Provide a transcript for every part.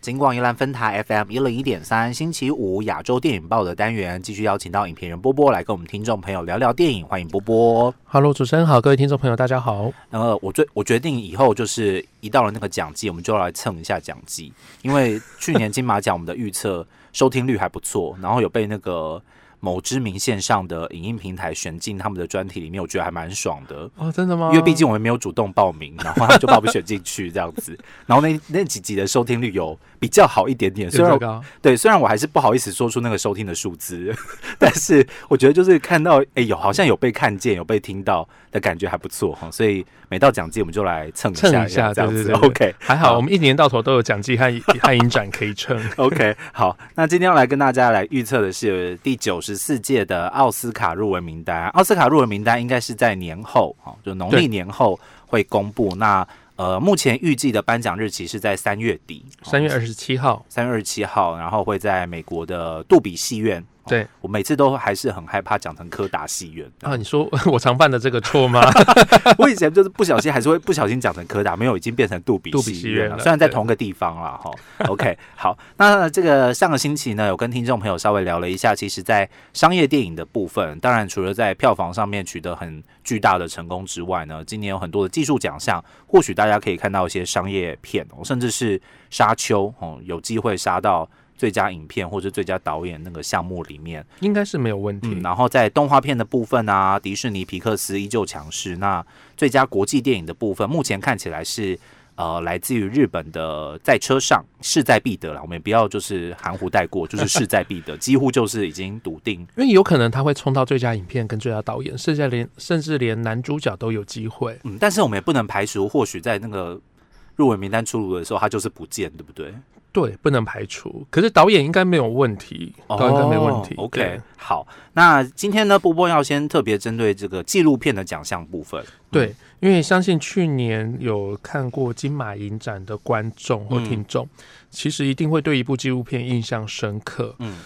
金广宜兰分台 FM 一零一点三，星期五亚洲电影报的单元，继续邀请到影评人波波来跟我们听众朋友聊聊电影，欢迎波波。 Hello，主持人好，各位听众朋友，大家好。然后我决我决定以后就是一到了那个奖季，我们就要来蹭一下奖季，因为去年金马奖我们的预测收听率还不错，然后有被那个某知名线上的影音平台选进他们的专题里面，我觉得还蛮爽的。哦，真的吗？因为毕竟我们没有主动报名，然后他们就把我们选进去这样 子。然后那那几集的收听率有比较好一点点，虽有然这我个啊对，虽然我还是不好意思说出那个收听的数字，但是我觉得就是看到哎有好像有被看见、有被听到的感觉还不错哈。所以每到奖季我们就来蹭一蹭下一下这样对子。对对 对 OK 还好好，我们一年到头都有奖季和 和影展可以蹭。 OK，好，那今天要来跟大家来预测的是第九十四届的奥斯卡入围名单。奥斯卡入围名单应该是在年后，哦，就农历对年后会公布。那呃，目前预计的颁奖日期是在三月底，三月二十七号，三月二十七号，然后会在美国的杜比戏院。哦对我每次都还是很害怕讲成柯达戏院， 啊，你说 我常犯的这个错 吗？我以前就是不小心还是会不小心讲成柯达，没有已经变成杜比杜比戏戏院院了，了虽然在对同个地方啦哈。OK，好， 那这个上个星期呢，有跟听众朋友稍微聊了一下，其实，在商业电影的部分，当然除了在票房上面取得很巨大的成功之外呢，今年有很多的技术奖项，或许大家可以看到一些商业片哦，甚至是《沙丘》哦，有机会杀到。最佳影片或者最佳导演那个项目里面，应该是没有问嗯，题。然后在动画片的部分啊，迪士尼皮克斯依旧强势。那最佳国际电影的部分，目前看起来是呃来自于日本的《在车上》，势在必得了。我们也不要就是含糊带过，就是势在必得，几乎就是已经笃定。因为有可能他会冲到最佳影片跟最佳导演，甚至连甚至连男主角都有机会。嗯，但是我们也不能排除，或许在那个入围名单出炉的时候，它就是不见，对不对？对，不能排除。可是导演应该没有问题，导演应该没问题。哦 OK，对好，那今天呢，波波要先特别针对这个纪录片的奖项部分。对，因为相信去年有看过金马影展的观众嗯或听众，其实一定会对一部纪录片印象深刻。嗯，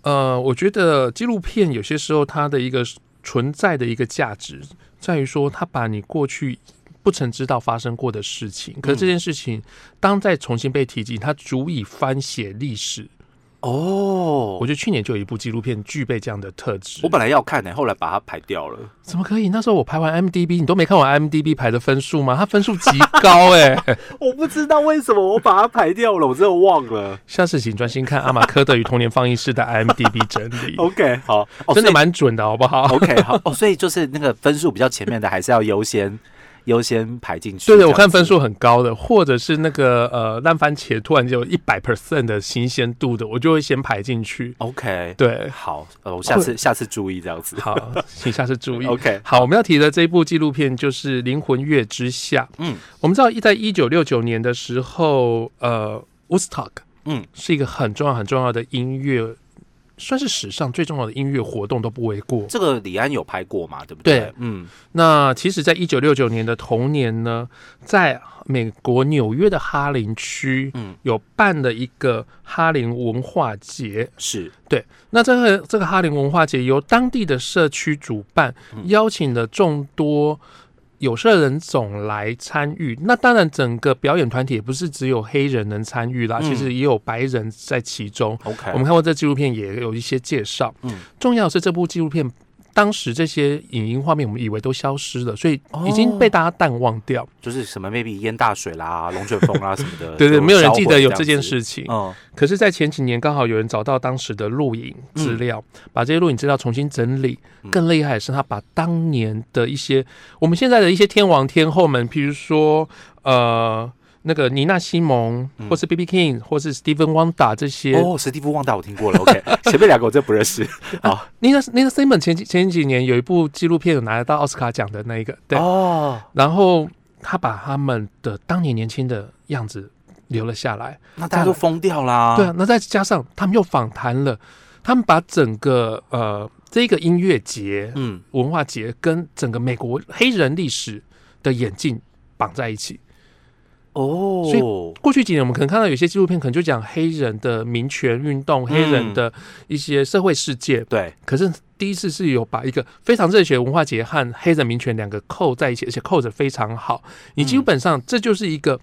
呃，我觉得纪录片有些时候它的一个存在的一个价值，在于说它把你过去。不曾知道发生过的事情，嗯可是这件事情当再重新被提及，它足以翻写历史。哦我觉得去年就有一部纪录片具备这样的特质。我本来要看的、后来把它排掉了。怎么可以？那时候我排完 m d b 你都没看完 m d b 排的分数吗？它分数极高 哎、我不知道为什么我把它排掉了，我真的忘了。下次请专心看阿马科德与童年放映室 的 IMDB 整理， OK，好，哦、真的所以 蛮准的，好不好？ OK，好哦，所以就是那个分数比较前面的，还是要优先 优先排进去。这对对，样我子看分。数很高的，或者是那个呃烂番茄突然就有一百 percent 的新鲜度的，我就会先排进去。 OK，对，好，呃，我下次下次注意这样子。 好，请下次注意。 OK，好，我们要提的这一部纪录片就是《灵魂月之下》。嗯，我们知道，在一九六九年的时候，呃，Woodstock，嗯，是一个很重要、很重要的音乐，算是史上最重要的音乐活动都不为过。这个李安有拍过嘛？对不对嗯，那其实，在一九六九年的同年呢，在美国纽约的哈林区，嗯有办了一个哈林文化节。是那这个这个哈林文化节由当地的社区主办，嗯邀请了众多有色人种来参与。那当然，整个表演团体也不是只有黑人能参与啦，嗯其实也有白人在其中。 OK。我们看过这纪录片，也有一些介绍。哎嗯重要的是这部纪录片。当时这些影音画面，我们以为都消失了，所以已经被大家淡忘掉。就是什么 maybe 淹大水 啦、龙卷风啦啊什么的，对对，就没有人烧记毁得有样这件子。事情。嗯，可是，在前几年刚好有人找到当时的录影资料，把这些录影资料重新整理。嗯更厉害的是，他把当年的一些我们现在的一些天王天后们，譬如说呃那个妮娜西蒙，嗯或是 B B King，或是 Steven Wonder 这些。哦，史蒂夫·旺达我听过了，OK，前 面两个我真不认 识。好，妮娜妮娜西蒙前几前几年有一部纪录片有拿到奥斯卡奖的那一个，对，哦，然后他把他们的当年年轻的样子留了下来。那大家都疯掉啦。对啊，那再加上他们又访谈了，他们把整个呃这个音乐节、嗯，文化节跟整个美国黑人历史的演进绑在一起。哦，所过去几年，我们可能看到有些纪录片，可能就讲黑人的民权运动、黑人的一些社会事件，对，可是第一次是有把一个非常热血的文化节和黑人民权两个扣在一起，而且扣着非常好。你基本上这就是一个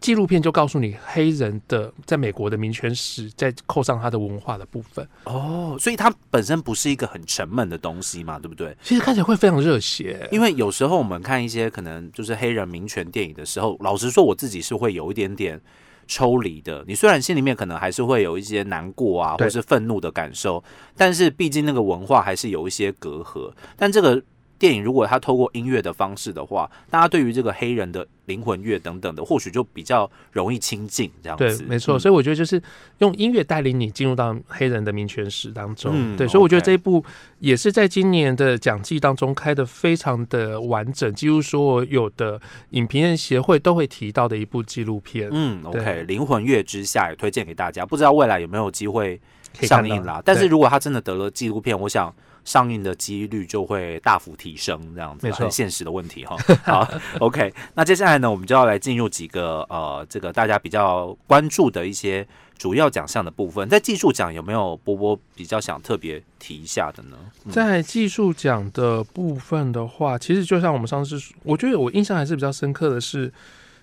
纪录片就告诉你黑人的在美国的民权史，再扣上他的文化的部分，哦，所以它本身不是一个很沉闷的东西嘛，对不对？其实看起来会非常热血。因为有时候我们看一些可能就是黑人民权电影的时候，老实说，我自己是会有一点点抽离的。你虽然心里面可能还是会有一些难过啊，对或是愤怒的感受，但是毕竟那个文化还是有一些隔阂。但这个电影如果它透过音乐的方式的话，大家对于这个黑人的灵魂乐等等的，或许就比较容易亲近这样对子。，没错，嗯所以我觉得就是用音乐带领你进入到黑人的民权史当中。嗯对，所以我觉得 OK 这一部也是在今年的奖季当中开的非常的完整，几乎所有的影评人协会都会提到的一部纪录片。嗯，OK，对灵魂乐之下也推荐给大家，不知道未来有没有机会可以看上到映啦。但是对如果他真的得了纪录片，我想上映的几率就会大幅提升，这样子没啦错很现实的问题哈。 好，OK，那接下来呢，我们就要来进入几个呃，这个大家比较关注的一些主要奖项的部分。在技术奖有没有波波比较想特别提一下的呢？嗯在技术奖的部分的话，其实就像我们上次说，我觉得我印象还是比较深刻的是，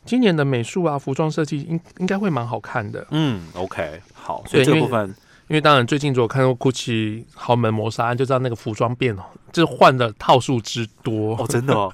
今年的美术啊、服装设计应应该会蛮好看的。嗯，OK，好，所以对这个因部为分因为当然最近如果看到 GUCCI 豪门谋杀案，就知道那个服装变哦，就是换的套数之多， 哦，真的哦，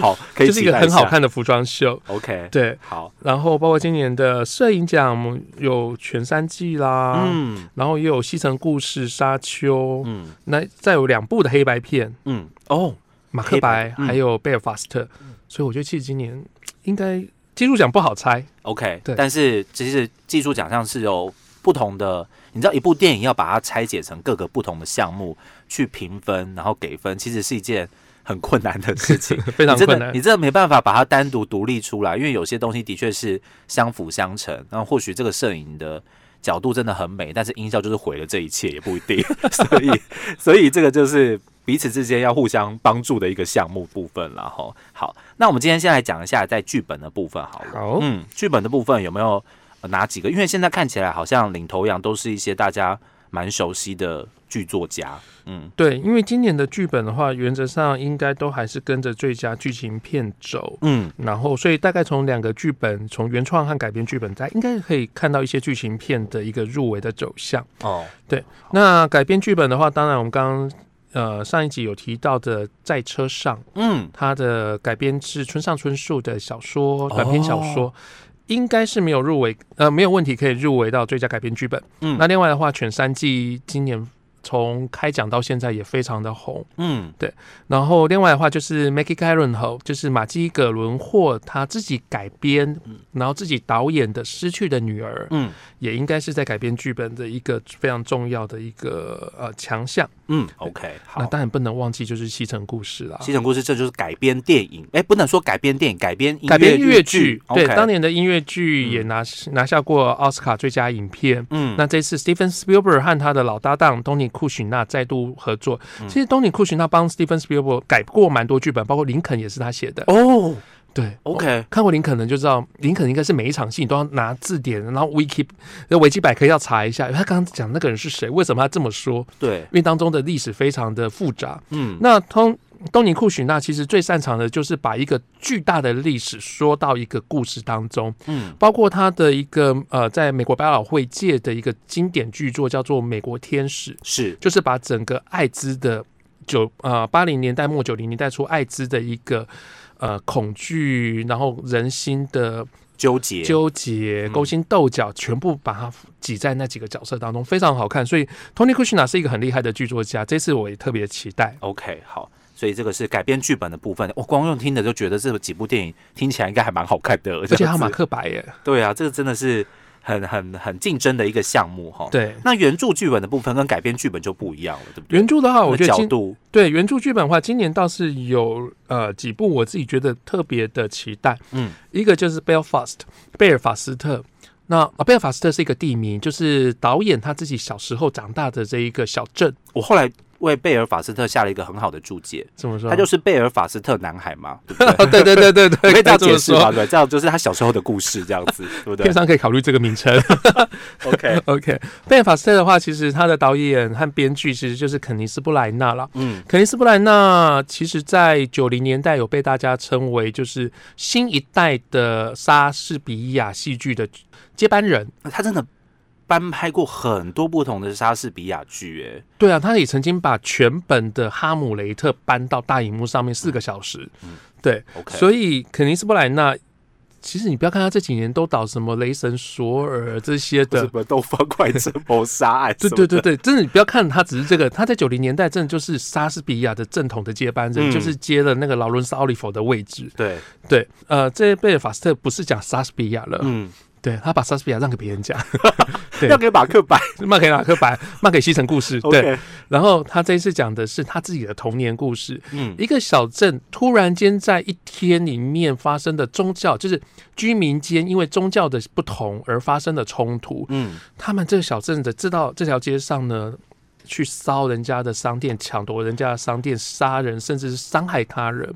好，可以就是一期个待很好下看的服装秀。 ，OK，对，好，然后包括今年的摄影奖嗯有《全三季》啦，嗯然后也有《西城故事》《沙丘》嗯。那再有两部的黑白片，嗯，哦，马克白黑白嗯还有贝尔法斯特，所以我觉得其实今年应该技术奖不好猜， OK，对但是其实技术奖项是有不同的，你知道一部电影要把它拆解成各个不同的项目去评分，然后给分，其实是一件很困难的事情。非常你真困的，难你。真的没办法把它单独独立出来，因为有些东西的确是相辅相成。那或许这个摄影的角度真的很美，但是音效就是毁了这一切，也不一定。 所以，所以这个就是彼此之间要互相帮助的一个项目部分然后好，那我们今天先来讲一下在剧本的部分好了。好嗯，剧本的部分有没有、呃哪几个？因为现在看起来好像领头羊都是一些大家蛮熟悉的剧作家。嗯对，因为今年的剧本的话，原则上应该都还是跟着最佳剧情片走。嗯，然后，所以大概从两个剧本，从原创和改编剧本，大家应该可以看到一些剧情片的一个入围的走向。哦，那改编剧本的话，当然我们刚刚呃上一集有提到的《在车上》，嗯，它的改编是村上春树的小说短篇小说，哦应该是没有入围，呃，没有问题可以入围到最佳改编剧本。嗯那另外的话，《犬山记》今年从开讲到现在也非常的红。嗯然后另外的话就是 Maggie c a r e n h o 就是马基葛伦霍他自己改编，然后自己导演的《失去的女儿》，嗯也应该是在改编剧本的一个非常重要的一个呃强项。嗯，OK，好那。当然不能忘记就是《西城故事》啦。西城故事，这就是改编电影，哎、不能说改编电影，改编音改编乐乐剧， OK 对，当年的音乐剧嗯也拿、拿下过奥斯卡最佳影片。嗯，那这次 Steven Spielberg 和他的老搭档东尼库许纳再度合作。嗯其实东尼库许纳帮 Steven Spielberg 改过蛮多剧本，包括林肯也是他写的。哦对，OK，看过林肯的就知道，林肯应该是每一场戏你都要拿字典，然后 wiki 呃维基百科要查一下。他刚刚讲那个人是谁，为什么他这么说？对，因为当中的历史非常的复杂。嗯那通东尼库许纳其实最擅长的就是把一个巨大的历史说到一个故事当中，嗯包括他的一个呃，在美国百老汇界的一个经典巨作叫做《美国天使》，是，就是把整个艾滋的九呃八零年代末九零年代初艾滋的一个呃恐惧，然后人心的纠结，纠结、嗯勾心斗角，全部把它挤在那几个角色当中，非常好看。所以 Tony Kushner 是一个很厉害的剧作家，这次我也特别期待。 OK，好，所以这个是改编剧本的部分。我、光用听的就觉得这几部电影听起来应该还蛮好看的，而而且还有马蛮克白耶，对啊，这个真的是很很很竞争的一个项目哈。，对。那原著剧本的部分跟改编剧本就不一样了，对不对？原著的话，我觉得那角今度，对原著剧本的话，今年倒是有呃几部我自己觉得特别的期待。嗯一个就是 Belfast 贝尔法斯特。那啊，贝尔法斯特是一个地名，就是导演他自己小时候长大的这一个小镇。我后来为贝尔法斯特下了一个很好的注解。怎么说？他就是贝尔法斯特男孩嘛，对不对？ 对对对对我对，可以这样这么解释吧？说。对，这样就是他小时候的故事，这样子，对不 对片商可以考虑这个名称。 ？OK， OK，贝尔法斯特的话，其实他的导演和编剧其实就是肯尼斯布莱纳啦。嗯，肯尼斯布莱纳其实在九零年代有被大家称为就是新一代的莎士比亚戏剧的接班人。他真的翻拍过很多不同的莎士比亚剧，哎，对啊，他也曾经把全本的《哈姆雷特》搬到大荧幕上面四个小时。嗯对 OK 所以肯尼斯布莱纳，其实你不要看他这几年都导什么《雷神索尔》这些的什，么东方快 车谋杀案，对对对，对，真的，你不要看他只是这个，他在九零年代真的就是莎士比亚的正统的接班嗯人，就是接了那个劳伦斯奥利弗的位置。对，对，呃，这贝尔法斯特不是讲莎士比亚了，嗯，对他把莎士比亚让给别人讲， 对要给马克白卖给马克白，卖给西城故事。对， ，OK，然后他这一次讲的是他自己的童年故事，嗯一个小镇突然间在一天里面发生的宗教，就是居民间因为宗教的不同而发生的冲突。嗯，他们这个小镇的这道这条街上呢，去烧人家的商店、抢夺人家的商店、杀人，甚至是伤害他人。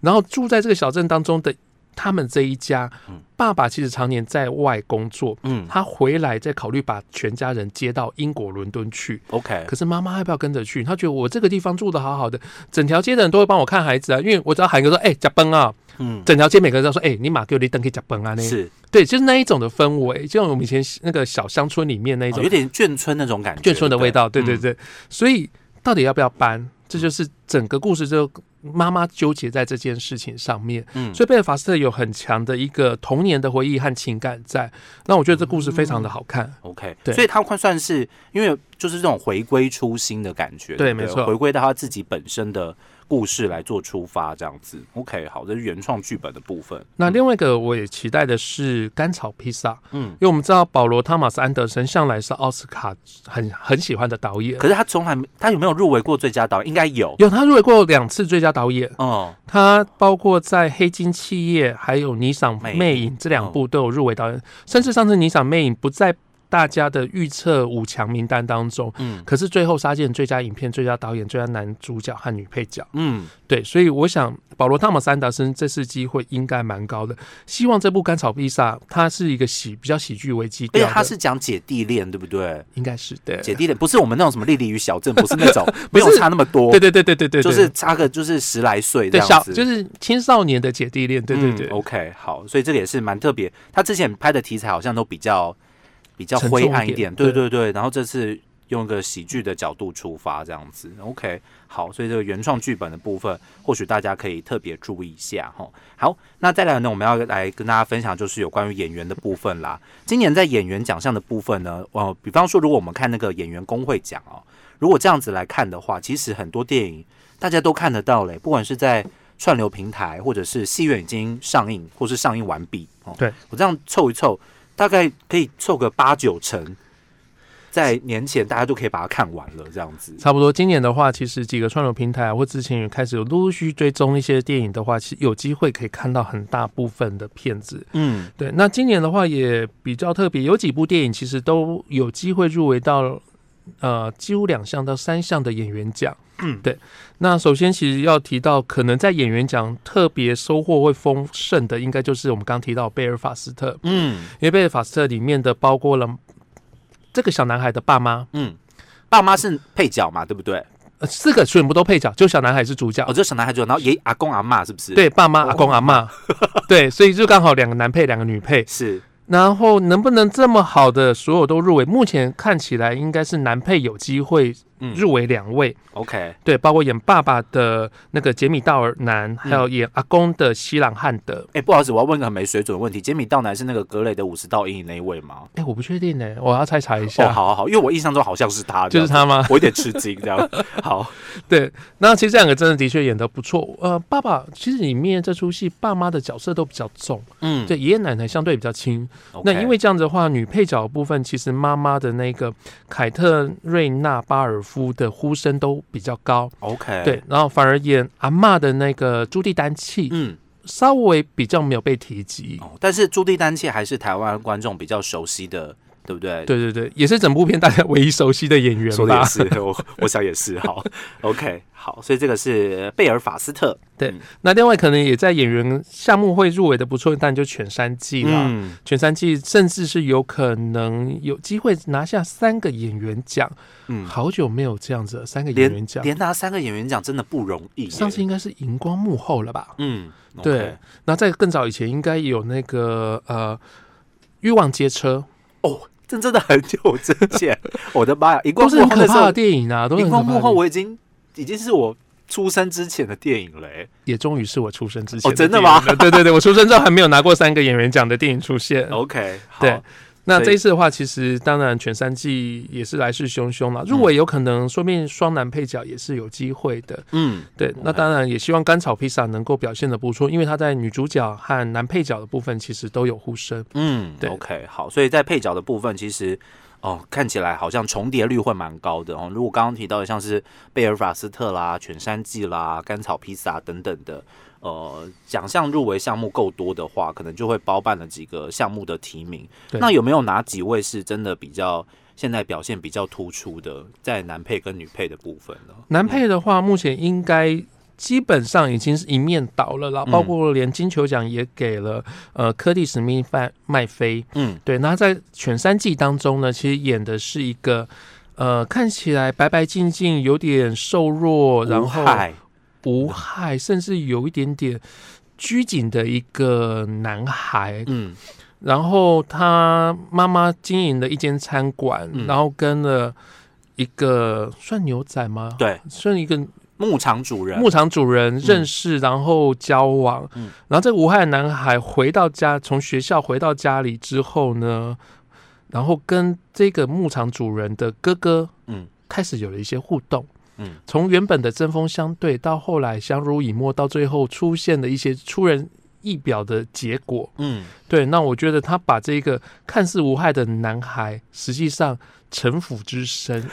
然后住在这个小镇当中的他们这一家嗯，爸爸其实常年在外工作，嗯他回来再考虑把全家人接到英国伦敦去。 ，OK，可是妈妈要不要跟着去？她觉得我这个地方住的好好的，整条街的人都会帮我看孩子啊，因为我只要喊一个说：“哎、欸，假崩啊！”嗯，整条街每个人都说：“哎、你马给我立灯可以假崩啊！”那是对，就是那一种的氛围，就像我们以前那个小乡村里面那一哦种有点眷村那种感觉，眷村的味道，对对嗯对。所以到底要不要搬，这就是整个故事就妈妈纠结在这件事情上面。嗯，所以贝尔法斯特有很强的一个童年的回忆和情感在，那我觉得这故事非常的好看。 OK，对所以他快算是因为就是这种回归初心的感觉，对不没错回归到他自己本身的故事来做出发，这样子。OK，好，这是原创剧本的部分。那另外一个我也期待的是甘草披萨，嗯，因为我们知道保罗·汤马斯·安德森向来是奥斯卡很很喜欢的导演，可是他从来没他有没有入围过最佳导演？应该有。有他入围过两次最佳导演，哦，他包括在《黑金企业》还有《霓裳魅魅影哦影》这两部都有入围导演，甚至上次《霓裳魅影》不在大家的预测五强名单当中，嗯可是最后杀进最佳影片、最佳导演、最佳男主角和女配角。嗯，对，所以我想保罗·汤姆斯·安达森这次机会应该蛮高的。希望这部《甘草披萨》它是一个喜比较喜剧为基而调且的，他是讲姐弟恋，对不对？应该是啊对，姐弟恋不是我们那种什么丽丽与小镇，不是那种 不没是有差那么多，对对对对对对，就是差个就是十来岁这对小样子，就是青少年的姐弟恋，对对对，嗯、，OK，好，所以这个也是蛮特别。他之前拍的题材好像都比较比较灰暗一沉重一点对对对对。然后这次用一个喜剧的角度出发，这样子，OK，好，所以这个原创剧本的部分，或许大家可以特别注意一下哈。好，那再来呢，我们要来跟大家分享就是有关于演员的部分啦。今年在演员奖项的部分呢，呃，比方说如果我们看那个演员工会奖哦，如果这样子来看的话，其实很多电影大家都看得到嘞，不管是在串流平台，或者是戏院已经上映，或是上映完毕。哦，对我这样凑一凑，大概可以凑个八九成，在年前大家都可以把它看完了，这样 子。差不多，今年的话，其实几个串流平台啊，或之前也开始有陆陆续续追踪一些电影的话，其实有机会可以看到很大部分的片子。嗯，对，那今年的话也比较特别，有几部电影其实都有机会入围到呃几乎两项到三项的演员奖。嗯，对。那首先其实要提到，可能在演员奖特别收获会丰盛的，应该就是我们刚刚提到贝尔法斯特，嗯因为贝尔法斯特里面的包括了这个小男孩的爸妈，嗯，爸妈是配角嘛，对不对？呃，四个全部都配角，就小男孩是主角哦，。这小男孩就然后爷阿公阿妈是不是？，对，爸妈、哦阿公、阿妈，对，所以就刚好两个男配，两个女配。是然后能不能这么好的所有都入围？目前看起来应该是男配有机会嗯入围两位， OK，对，包括演爸爸的那个杰米·道尔南，还嗯有演阿公的西朗汉德。哎、不好意思，我要问个很没水准的问题，杰米道南是那个格雷的五十道阴影那一位吗？哎、我不确定呢、我要再查一哦，下，好好好，因为我印象中好像是他，啊就是，他吗？我有点吃惊这样。好，对，那其实这两个真的的确演得不错。呃，爸爸其实里面这出戏爸妈的角色都比较重，嗯，对，爷爷奶奶相对比较轻， OK，那因为这样子的话，女配角的部分其实妈妈的那个凯特瑞娜巴尔夫的呼声都比较高， OK，对，，然后反而演阿嬷的那个朱蒂丹契嗯。哦稍微比较没有被提及，哦，但是朱棣丹契还是台湾观众比较熟悉的对不对？对对对，也是整部片大家唯一熟悉的演员说的也吧？是，我我想也是。好，OK，好，所以这个是贝尔法斯特，嗯那另外可能也在演员项目会入围的不错，但就犬山季啦。嗯，犬山季甚至是有可能有机会拿下三个演员奖，嗯好久没有这样子了三个演员连奖。连拿三个演员奖真的不容易耶。上次应该是荧光幕后了吧？嗯，OK，对，那在更早以前应该也有那个呃《欲望街车哦，这真的很久之前， 我的妈呀！荧》，都光是幕很后可那时怕候的，电影啊，都是荧很可光怕的幕电后影。我已经已经是我出生之前的电影了、欸。也终于是我出生之前哦真的电影吗了？对对对，我出生之后还没有拿过三个演员奖的电影出现。 OK，好哦对，那所以这一次的话，其实当然全三季也是来势汹汹嗯了，入围有可能，说明双男配角也是有机会的。嗯，对，那当然也希望甘草披萨能够表现的不错，因为他在女主角和男配角的部分其实都有呼声。嗯对，OK，好，所以在配角的部分，其实哦，看起来好像重叠率会蛮高的哦。如果刚刚提到的像是贝尔法斯特啦、犬山季啦、甘草披萨等等的，呃，奖项入围项目够多的话，可能就会包办了几个项目的提名。对那有没有哪几位是真的比较现在表现比较突出的，在男配跟女配的部分呢？男配的话，目前应该。基本上已经是一面倒了啦，嗯包括连金球奖也给了呃科蒂史密范麦菲，嗯对，那在《犬三季》当中呢，其实演的是一个呃，看起来白白净净、有点瘦弱，然无后害无害，甚至有一点点拘谨的一个男孩。嗯然后他妈妈经营了一间餐馆，嗯然后跟了一个算牛仔吗？，对，算一个牧场主人，牧场主人认识，然后交往，嗯然后这个无害男孩回到家，从学校回到家里之后呢，然后跟这个牧场主人的哥哥嗯开始有了一些互动，嗯从原本的针锋相对，到后来相濡以沫，到最后出现了一些出人意表的结果。嗯对，那我觉得他把这个看似无害的男孩，实际上城府之深，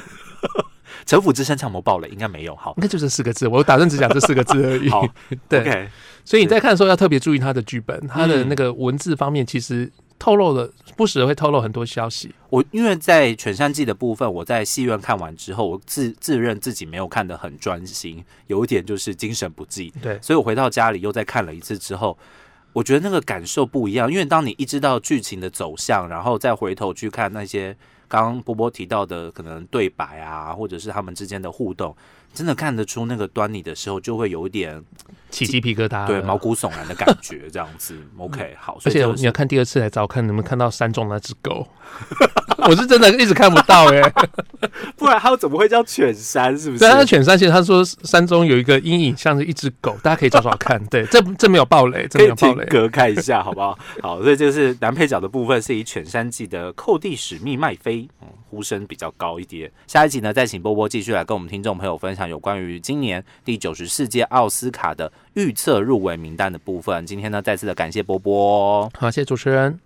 城府之身唱谋爆雷应该没有，好应该就这四个字，我打算只讲这四个字而已。好对。 ，OK，所以你在看的时候要特别注意他的剧本，他的嗯那个文字方面其实透露了不时会透露很多消息。我因为在《犬山记》的部分，我在戏院看完之后，我自自认自己没有看得很专心，有一点就是精神不济，对所以我回到家里又再看了一次之后，我觉得那个感受不一样，因为当你一知道剧情的走向，然后再回头去看那些刚刚波波提到的可能对白啊，或者是他们之间的互动，真的看得出那个端倪的时候，就会有一点起鸡皮疙瘩了，对毛骨悚然的感觉，这样 子。OK，好，所啊而以这且个你是要看第二次来找我看能不能看到山中那只狗， 我是真的一直看不到 哎、欸。不然他怎么会叫犬山？是不是对，？他的啊犬山其实他说山中有一个阴影，像是一只狗，大家可以找找看。对，这这没有暴雷，这可没以有暴停雷。格看一下，好不好？ 好，所以这是男配角的部分，是以犬山季的寇蒂史密麦菲，嗯，呼声比较高一点。下一集呢，再请波波继续来跟我们听众朋友分享有关于今年第九十四届奥斯卡的预测入围名单的部分。今天呢，再次的感谢波波。哦好，谢谢主持人。